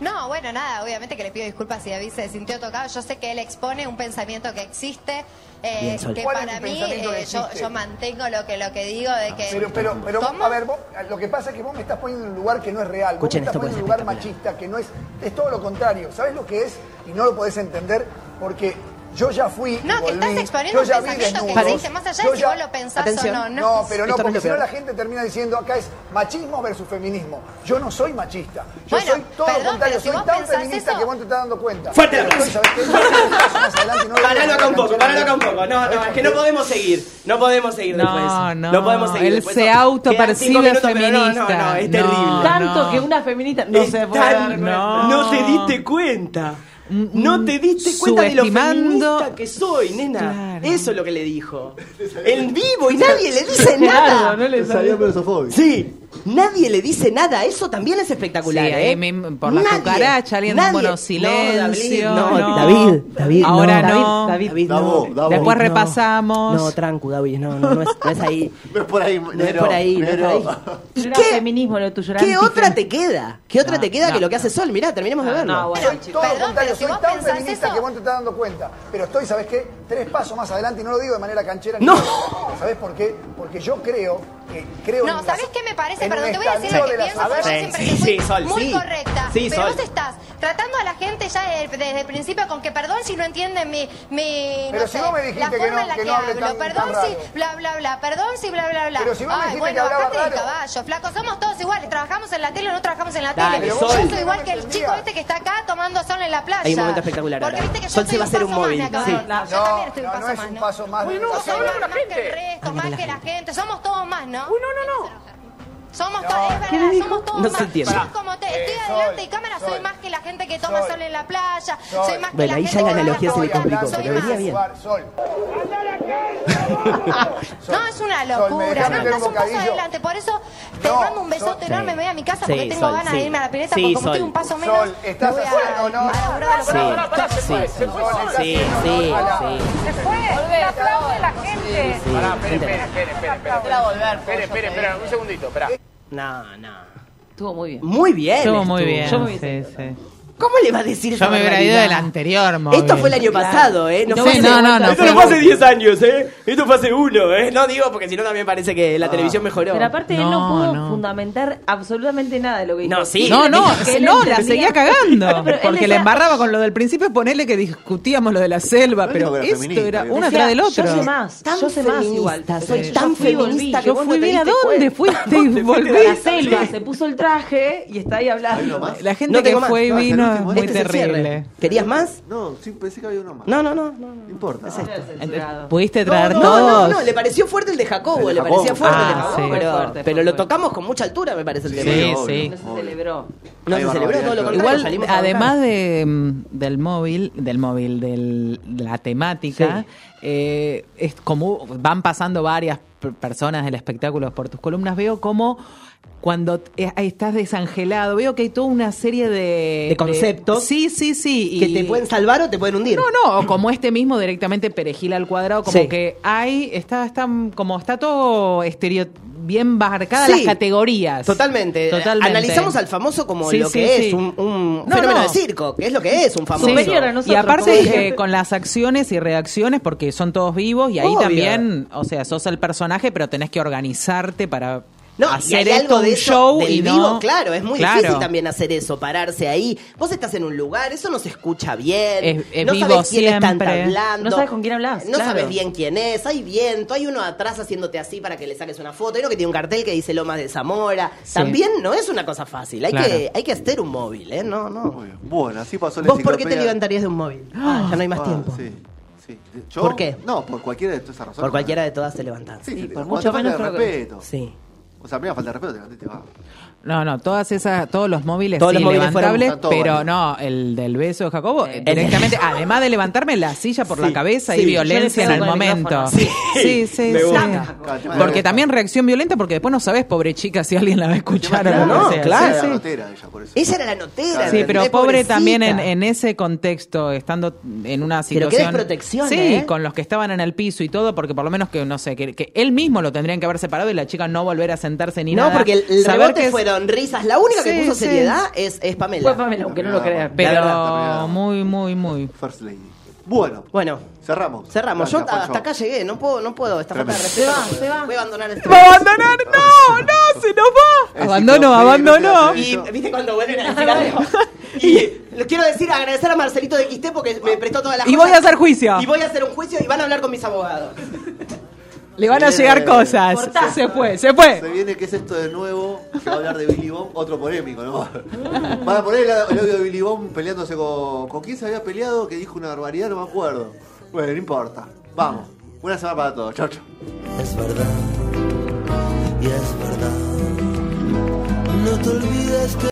Speaker 17: No, bueno, nada, obviamente que le pido disculpas si David se sintió tocado. Yo sé que él expone un pensamiento que existe, eh,
Speaker 18: Bien, Sol.
Speaker 17: que
Speaker 18: ¿Cuál es
Speaker 17: para
Speaker 18: el
Speaker 17: mí
Speaker 18: pensamiento que
Speaker 17: eh, yo,
Speaker 18: existe?
Speaker 17: yo mantengo lo que lo que digo de que
Speaker 18: Pero, pero, pero vos- a ver, vos- lo que pasa es que vos me estás poniendo en un lugar que no es real.
Speaker 2: Escuchen,
Speaker 18: vos
Speaker 2: esto
Speaker 18: me
Speaker 2: puede
Speaker 18: estás
Speaker 2: ser
Speaker 18: poniendo en un lugar machista, que no es. Es todo lo contrario. ¿Sabés lo que es? Y no lo podés entender porque yo ya fui.
Speaker 17: No,
Speaker 18: y
Speaker 17: que estás
Speaker 18: volví.
Speaker 17: exponiendo
Speaker 18: Yo ya
Speaker 17: un
Speaker 18: vi
Speaker 17: pensamiento que
Speaker 18: desnudos.
Speaker 17: existe, más allá de
Speaker 18: Yo
Speaker 17: si
Speaker 18: ya-
Speaker 17: vos lo pensás o Atención. no, no.
Speaker 18: pero no,
Speaker 17: Esto no es
Speaker 18: porque
Speaker 17: lo
Speaker 18: si no
Speaker 17: peor.
Speaker 18: la gente termina diciendo acá es machismo versus feminismo. Yo no soy machista. Yo
Speaker 17: Bueno,
Speaker 18: soy todo
Speaker 17: perdón,
Speaker 18: lo contrario.
Speaker 17: pero si
Speaker 18: Soy
Speaker 17: vos
Speaker 18: tan
Speaker 17: pensás
Speaker 18: feminista
Speaker 17: eso-
Speaker 18: que vos no te estás dando cuenta.
Speaker 2: Fuerte el
Speaker 18: Pero
Speaker 2: aplauso.
Speaker 18: ¿sabés qué? Yo creo que más adelante no lo voy a
Speaker 2: Paralo acá un poco, paralo acá un poco. No, no, es que no podemos seguir. No podemos seguir
Speaker 3: No,
Speaker 2: después.
Speaker 3: no,
Speaker 2: podemos seguir.
Speaker 3: él
Speaker 2: después.
Speaker 3: se
Speaker 2: Quedan
Speaker 3: autopercibe
Speaker 2: cinco minutos, pero No,
Speaker 3: feminista.
Speaker 2: no, no, es
Speaker 3: No,
Speaker 2: terrible.
Speaker 4: Tanto que una feminista no
Speaker 2: Es
Speaker 4: se puede
Speaker 2: tan-
Speaker 4: dar cuenta.
Speaker 2: no. te diste cuenta. No te diste cuenta de lo
Speaker 3: subestimando-
Speaker 2: feminista que soy, nena. Eso es lo que le dijo. En vivo y nadie le dice nada.
Speaker 1: Claro, no le Te salió salió.
Speaker 2: prosofóbico. Sí, nadie le dice nada. Eso también es espectacular.
Speaker 3: Sí,
Speaker 2: ¿eh?
Speaker 3: ahí me- por la cucaracha, alguien
Speaker 2: nadie.
Speaker 3: bueno, silencio,
Speaker 2: No, David, no,
Speaker 3: no.
Speaker 2: David, David,
Speaker 3: Ahora
Speaker 2: no.
Speaker 3: no.
Speaker 2: David, David,
Speaker 3: Da
Speaker 2: no.
Speaker 3: vos, da vos. Después repasamos.
Speaker 2: No, tranco, David, no, no, no es, no es ahí.
Speaker 1: No es por ahí,
Speaker 2: No es por ahí, no es por ahí.
Speaker 4: Era feminismo lo tuyo. era
Speaker 2: ¿Qué
Speaker 4: antife-
Speaker 2: otra te queda? ¿Qué otra
Speaker 4: No,
Speaker 2: te queda
Speaker 4: no,
Speaker 2: que lo que hace Sol? Mirá, terminemos
Speaker 3: Ah,
Speaker 2: de verlo.
Speaker 18: soy todo lo
Speaker 17: Perdón,
Speaker 18: contrario,
Speaker 17: pero si
Speaker 18: soy
Speaker 17: vos
Speaker 18: tan
Speaker 17: pensás
Speaker 18: feminista
Speaker 17: eso-
Speaker 18: que vos no te estás dando cuenta. Pero estoy, ¿sabes qué? Tres pasos más adelante y no lo digo de manera canchera.
Speaker 2: ¡No!
Speaker 18: ¿Sabes por qué? Porque yo creo que creo
Speaker 17: No,
Speaker 18: en
Speaker 17: ¿sabés
Speaker 18: las-
Speaker 17: qué me parece?
Speaker 18: en un
Speaker 17: Perdón, te voy a decir lo
Speaker 18: estallido
Speaker 17: que
Speaker 18: de las-
Speaker 17: pienso,
Speaker 18: A
Speaker 17: porque
Speaker 18: ver,
Speaker 17: yo siempre te fui muy
Speaker 2: sí.
Speaker 17: correcta.
Speaker 2: Sí,
Speaker 17: pero
Speaker 2: Sol.
Speaker 17: vos estás tratando a la gente ya de- desde el principio con que perdón si no entienden mi, mi
Speaker 18: Pero
Speaker 17: no
Speaker 18: si
Speaker 17: sé,
Speaker 18: vos me dijiste
Speaker 17: la
Speaker 18: que
Speaker 17: forma
Speaker 18: no-
Speaker 17: en la
Speaker 18: que
Speaker 17: que,
Speaker 18: no hable
Speaker 17: hablo,
Speaker 18: tan- tan
Speaker 17: perdón si
Speaker 18: raro.
Speaker 17: bla bla bla, perdón si bla bla bla.
Speaker 18: Pero si vos me
Speaker 17: Ay,
Speaker 18: dijiste
Speaker 17: bueno,
Speaker 18: que hablaba
Speaker 17: bajate del
Speaker 18: raro.
Speaker 17: caballo, flaco, somos todos iguales, trabajamos en la tele o no trabajamos en la
Speaker 2: Dale,
Speaker 17: tele.
Speaker 2: Sol.
Speaker 17: Yo soy igual que el chico este que está acá tomando sol en la playa.
Speaker 2: Hay un momento espectacular
Speaker 17: Porque
Speaker 2: ahora.
Speaker 17: viste que yo
Speaker 2: Sol
Speaker 17: soy
Speaker 2: se va a hacer un
Speaker 17: paso más,
Speaker 2: móvil.
Speaker 17: me
Speaker 2: Sí.
Speaker 17: acabaron. Yo
Speaker 18: No,
Speaker 17: también estoy un
Speaker 18: no, no
Speaker 17: paso
Speaker 18: es
Speaker 17: más,
Speaker 18: un
Speaker 17: ¿no?
Speaker 18: paso más.
Speaker 17: Uy,
Speaker 18: de
Speaker 17: no,
Speaker 18: educación.
Speaker 17: somos más que el resto, más que la gente. Somos todos más, ¿no? Uy, no, no, no. Somos todos, es verdad, somos todos
Speaker 2: No
Speaker 17: más.
Speaker 2: se entiende.
Speaker 17: Yo como te, estoy adelante de cámara, Eh, soy más que la gente que toma sol en la playa, soy más que
Speaker 2: Bueno,
Speaker 17: la
Speaker 2: ahí
Speaker 17: gente
Speaker 2: ya la
Speaker 17: que
Speaker 2: analogía se
Speaker 17: toma
Speaker 2: le complicó,
Speaker 17: sol, soy
Speaker 2: pero venía
Speaker 17: más.
Speaker 2: bien.
Speaker 18: Sol.
Speaker 17: No, es una
Speaker 18: Sol, me
Speaker 17: locura,
Speaker 18: dejás
Speaker 17: no,
Speaker 18: meter
Speaker 17: estás
Speaker 18: un
Speaker 17: un paso
Speaker 18: bocadillo.
Speaker 17: adelante, por eso te mando un besote enorme, me voy a mi casa
Speaker 2: Sí,
Speaker 17: porque tengo
Speaker 2: Sol,
Speaker 17: ganas
Speaker 2: sí.
Speaker 17: de irme a la pileta,
Speaker 2: Sí,
Speaker 17: porque como estoy
Speaker 2: Sol.
Speaker 17: un paso menos,
Speaker 18: Sol, estás
Speaker 17: me voy a
Speaker 18: haciendo honor.
Speaker 17: malograr
Speaker 2: Sí, sí, sí, sí, sí.
Speaker 11: Se fue, se aplaude la gente.
Speaker 2: Sí,
Speaker 16: Pará, espere,
Speaker 2: gente.
Speaker 16: espere, espere, espere, espere.
Speaker 11: Voy a volver,
Speaker 16: Espere,
Speaker 11: pues,
Speaker 16: espere,
Speaker 11: yo
Speaker 16: espere,
Speaker 11: te-
Speaker 16: un segundito, espera.
Speaker 2: No, no.
Speaker 4: Estuvo muy bien.
Speaker 2: Muy bien.
Speaker 3: Estuvo muy bien.
Speaker 4: Yo me
Speaker 3: sí, sí.
Speaker 2: ¿Cómo le va a decir
Speaker 3: Yo me hubiera ido del anterior, móvil.
Speaker 2: Esto fue el año pasado, ¿eh?
Speaker 3: Sí,
Speaker 2: hace
Speaker 3: no, no,
Speaker 2: cuánto-
Speaker 3: no.
Speaker 19: Esto no fue hace 10 años, ¿eh? Esto fue hace uno, ¿eh?
Speaker 2: No digo porque si no también parece que la
Speaker 1: Ah.
Speaker 2: televisión mejoró.
Speaker 4: Pero aparte él no pudo fundamentar absolutamente nada de lo que dijo.
Speaker 2: No, sí.
Speaker 3: No,
Speaker 4: Él
Speaker 3: no,
Speaker 4: dijo que él
Speaker 3: no, le
Speaker 4: entendía-
Speaker 3: seguía cagando.
Speaker 4: Pero él
Speaker 3: Porque le
Speaker 4: decía-
Speaker 3: embarraba con lo del principio, ponele que discutíamos lo de la selva, pero
Speaker 4: era
Speaker 3: esto
Speaker 4: feminista,
Speaker 3: era
Speaker 4: obvio.
Speaker 3: uno
Speaker 4: Decía,
Speaker 3: atrás del otro.
Speaker 4: yo sé más,
Speaker 2: Tan
Speaker 4: yo sé más igual.
Speaker 2: feminista, soy
Speaker 4: Sí.
Speaker 2: tan
Speaker 4: Yo fui y volví,
Speaker 2: feminista que
Speaker 4: yo
Speaker 2: vos no
Speaker 4: fui,
Speaker 2: te
Speaker 4: bien, ¿a
Speaker 2: diste
Speaker 4: dónde
Speaker 2: cuenta?
Speaker 4: fuiste y volviste?
Speaker 2: la
Speaker 4: la selva,
Speaker 2: Sí.
Speaker 4: se puso el traje y está ahí hablando.
Speaker 3: La gente
Speaker 2: No
Speaker 3: que
Speaker 2: tengo más.
Speaker 3: fue y
Speaker 2: No, es el
Speaker 3: vino es
Speaker 2: último.
Speaker 3: muy
Speaker 2: Este es el cierre.
Speaker 3: terrible.
Speaker 2: ¿Querías más?
Speaker 1: No, sí, pensé que había uno más.
Speaker 2: No, no, no. No,
Speaker 1: no importa.
Speaker 3: ¿Pudiste
Speaker 2: No,
Speaker 3: traer
Speaker 2: no,
Speaker 3: dos?
Speaker 2: no, no, le pareció fuerte el de Jacobo,
Speaker 3: El de
Speaker 2: le
Speaker 3: Jacobo.
Speaker 2: parecía fuerte el de
Speaker 3: Ah,
Speaker 2: Jacobo,
Speaker 3: sí.
Speaker 2: pero,
Speaker 3: Fue fuerte,
Speaker 2: pero lo tocamos con mucha altura, me parece el
Speaker 3: Sí,
Speaker 2: tema.
Speaker 3: sí.
Speaker 4: Se celebró.
Speaker 2: No
Speaker 1: Ahí
Speaker 2: se
Speaker 1: va, Gabriel,
Speaker 2: celebró todo lo
Speaker 1: claro.
Speaker 2: contrario.
Speaker 3: Igual,
Speaker 2: salimos a
Speaker 3: además de, mm, del móvil, del móvil, del- de la temática, eh, es como van pasando varias per- personas del espectáculo por tus columnas, veo como cuando eh, estás desangelado, veo que hay toda una serie de...
Speaker 2: De conceptos
Speaker 3: sí, sí, sí.
Speaker 2: que te pueden salvar o te pueden hundir.
Speaker 3: No, no, o como este mismo directamente perejil al cuadrado, como
Speaker 2: Sí.
Speaker 3: que hay, está, está, como está todo estereo, bien barcadas
Speaker 2: Sí.
Speaker 3: las categorías.
Speaker 2: Totalmente.
Speaker 3: Totalmente.
Speaker 2: Eh, Analizamos al famoso como
Speaker 3: Sí,
Speaker 2: lo que
Speaker 3: sí,
Speaker 2: es
Speaker 3: sí.
Speaker 2: un, un
Speaker 3: No,
Speaker 2: fenómeno
Speaker 3: no.
Speaker 2: de circo, que es lo que es un famoso.
Speaker 3: Sí. Y aparte eh, con las acciones y reacciones, porque son todos vivos y ahí
Speaker 2: Obvio.
Speaker 3: también, o sea, sos el personaje, pero tenés que organizarte para
Speaker 2: No, y
Speaker 3: hacer
Speaker 2: hay
Speaker 3: esto
Speaker 2: algo de
Speaker 3: un
Speaker 2: eso
Speaker 3: show
Speaker 2: del
Speaker 3: y no-
Speaker 2: vivo, claro, es muy
Speaker 3: Claro.
Speaker 2: difícil también hacer eso, pararse ahí. Vos estás en un lugar, eso no se escucha bien,
Speaker 3: Es- es
Speaker 2: no
Speaker 3: vivo
Speaker 2: sabes quién están
Speaker 3: siempre.
Speaker 4: No
Speaker 2: hablando,
Speaker 4: sabes con quién hablas.
Speaker 2: no sabes bien quién es, hay viento, hay uno atrás haciéndote así para que le saques una foto, hay uno que tiene un cartel que dice Lomas de Zamora.
Speaker 1: Sí.
Speaker 2: También no es una cosa fácil, hay
Speaker 1: Claro.
Speaker 2: que hay que hacer un móvil, ¿eh? No, no.
Speaker 1: Bueno, así pasó la
Speaker 2: ¿Vos por qué te
Speaker 1: enciclopedia.
Speaker 2: levantarías de un móvil? ya no hay más
Speaker 1: Ah,
Speaker 2: tiempo.
Speaker 1: Sí, sí. eh, ¿Yo?
Speaker 2: ¿Por qué?
Speaker 1: No, por cualquiera de todas esas razones.
Speaker 2: Por cualquiera de todas te levantás.
Speaker 1: Sí,
Speaker 2: por
Speaker 1: cuando
Speaker 2: mucho
Speaker 1: te falta
Speaker 2: menos
Speaker 1: de
Speaker 2: creo que-
Speaker 1: respeto.
Speaker 2: Sí.
Speaker 1: O sea, primera falta de respeto, te levanté y te vas.
Speaker 3: No, no, todas esas, todos los móviles
Speaker 2: Todos
Speaker 3: sí,
Speaker 2: los móviles fueron-
Speaker 3: levantables,
Speaker 2: Está todo
Speaker 3: pero
Speaker 2: válido.
Speaker 3: no, el del beso de Jacobo, eh, directamente, además de levantarme la silla por la cabeza y
Speaker 2: sí.
Speaker 3: violencia
Speaker 2: Yo
Speaker 3: en
Speaker 2: le
Speaker 3: el
Speaker 2: pego con el
Speaker 3: momento.
Speaker 2: micrófono.
Speaker 3: sí,
Speaker 2: Sí.
Speaker 3: sí.
Speaker 2: Me
Speaker 3: sí.
Speaker 2: gusta.
Speaker 3: Porque también reacción violenta, porque después no sabes, pobre chica, si alguien la va a escuchar o lo que
Speaker 2: No,
Speaker 3: sea. Sí,
Speaker 2: claro.
Speaker 3: sí.
Speaker 2: Ella era la notera.
Speaker 3: Sí, pero pobre también en,
Speaker 2: en
Speaker 3: en ese contexto, estando en una
Speaker 2: Pero
Speaker 3: situación.
Speaker 2: qué desprotección,
Speaker 3: Sí,
Speaker 2: ¿eh?
Speaker 3: con los que estaban en el piso y todo, porque por lo menos que, no sé, que, que él mismo lo tendrían que haber separado y la chica no volver a sentarse ni
Speaker 2: no,
Speaker 3: nada.
Speaker 2: porque el, el
Speaker 3: Saber
Speaker 2: rebote
Speaker 3: que es-
Speaker 2: fueron risas. La única que
Speaker 3: Sí,
Speaker 2: puso
Speaker 3: sí.
Speaker 2: seriedad es, es Pamela.
Speaker 4: Fue Pamela, aunque no lo crean.
Speaker 3: Pero
Speaker 2: La verdad,
Speaker 3: muy, muy, muy.
Speaker 1: First Lady. Bueno.
Speaker 2: Bueno.
Speaker 1: Cerramos.
Speaker 2: Cerramos. Yo
Speaker 1: Gracias,
Speaker 2: hasta
Speaker 1: Juancho.
Speaker 2: acá llegué. No puedo, no puedo. Esta falta de
Speaker 1: Tremendo.
Speaker 2: respeto. no puedo. Voy a abandonar este.
Speaker 3: ¡Va a abandonar! ¡No! ¡No! ¡Se nos va! Abandono, abandono.
Speaker 2: Y viste cuando vuelven a decir algo. Y lo quiero decir, agradecer a Marcelito de Quisté porque me prestó toda la
Speaker 3: Y voy a hacer juicio.
Speaker 2: Y voy a hacer un juicio y van a hablar con mis abogados.
Speaker 3: Le van a
Speaker 1: Sí,
Speaker 3: llegar
Speaker 1: eh,
Speaker 3: cosas.
Speaker 1: portazo.
Speaker 3: Se fue, se fue.
Speaker 1: Se viene, ¿qué es esto de nuevo? Se va a hablar de Billy Bomb, otro polémico, ¿no? Van a poner el, el audio de Billy Bomb peleándose con. ¿Con quién se había peleado? Que dijo una barbaridad, no me acuerdo. Bueno, no importa. Vamos. Una semana para todos. Chau, chau.
Speaker 20: Es verdad, y es verdad. No te olvides que.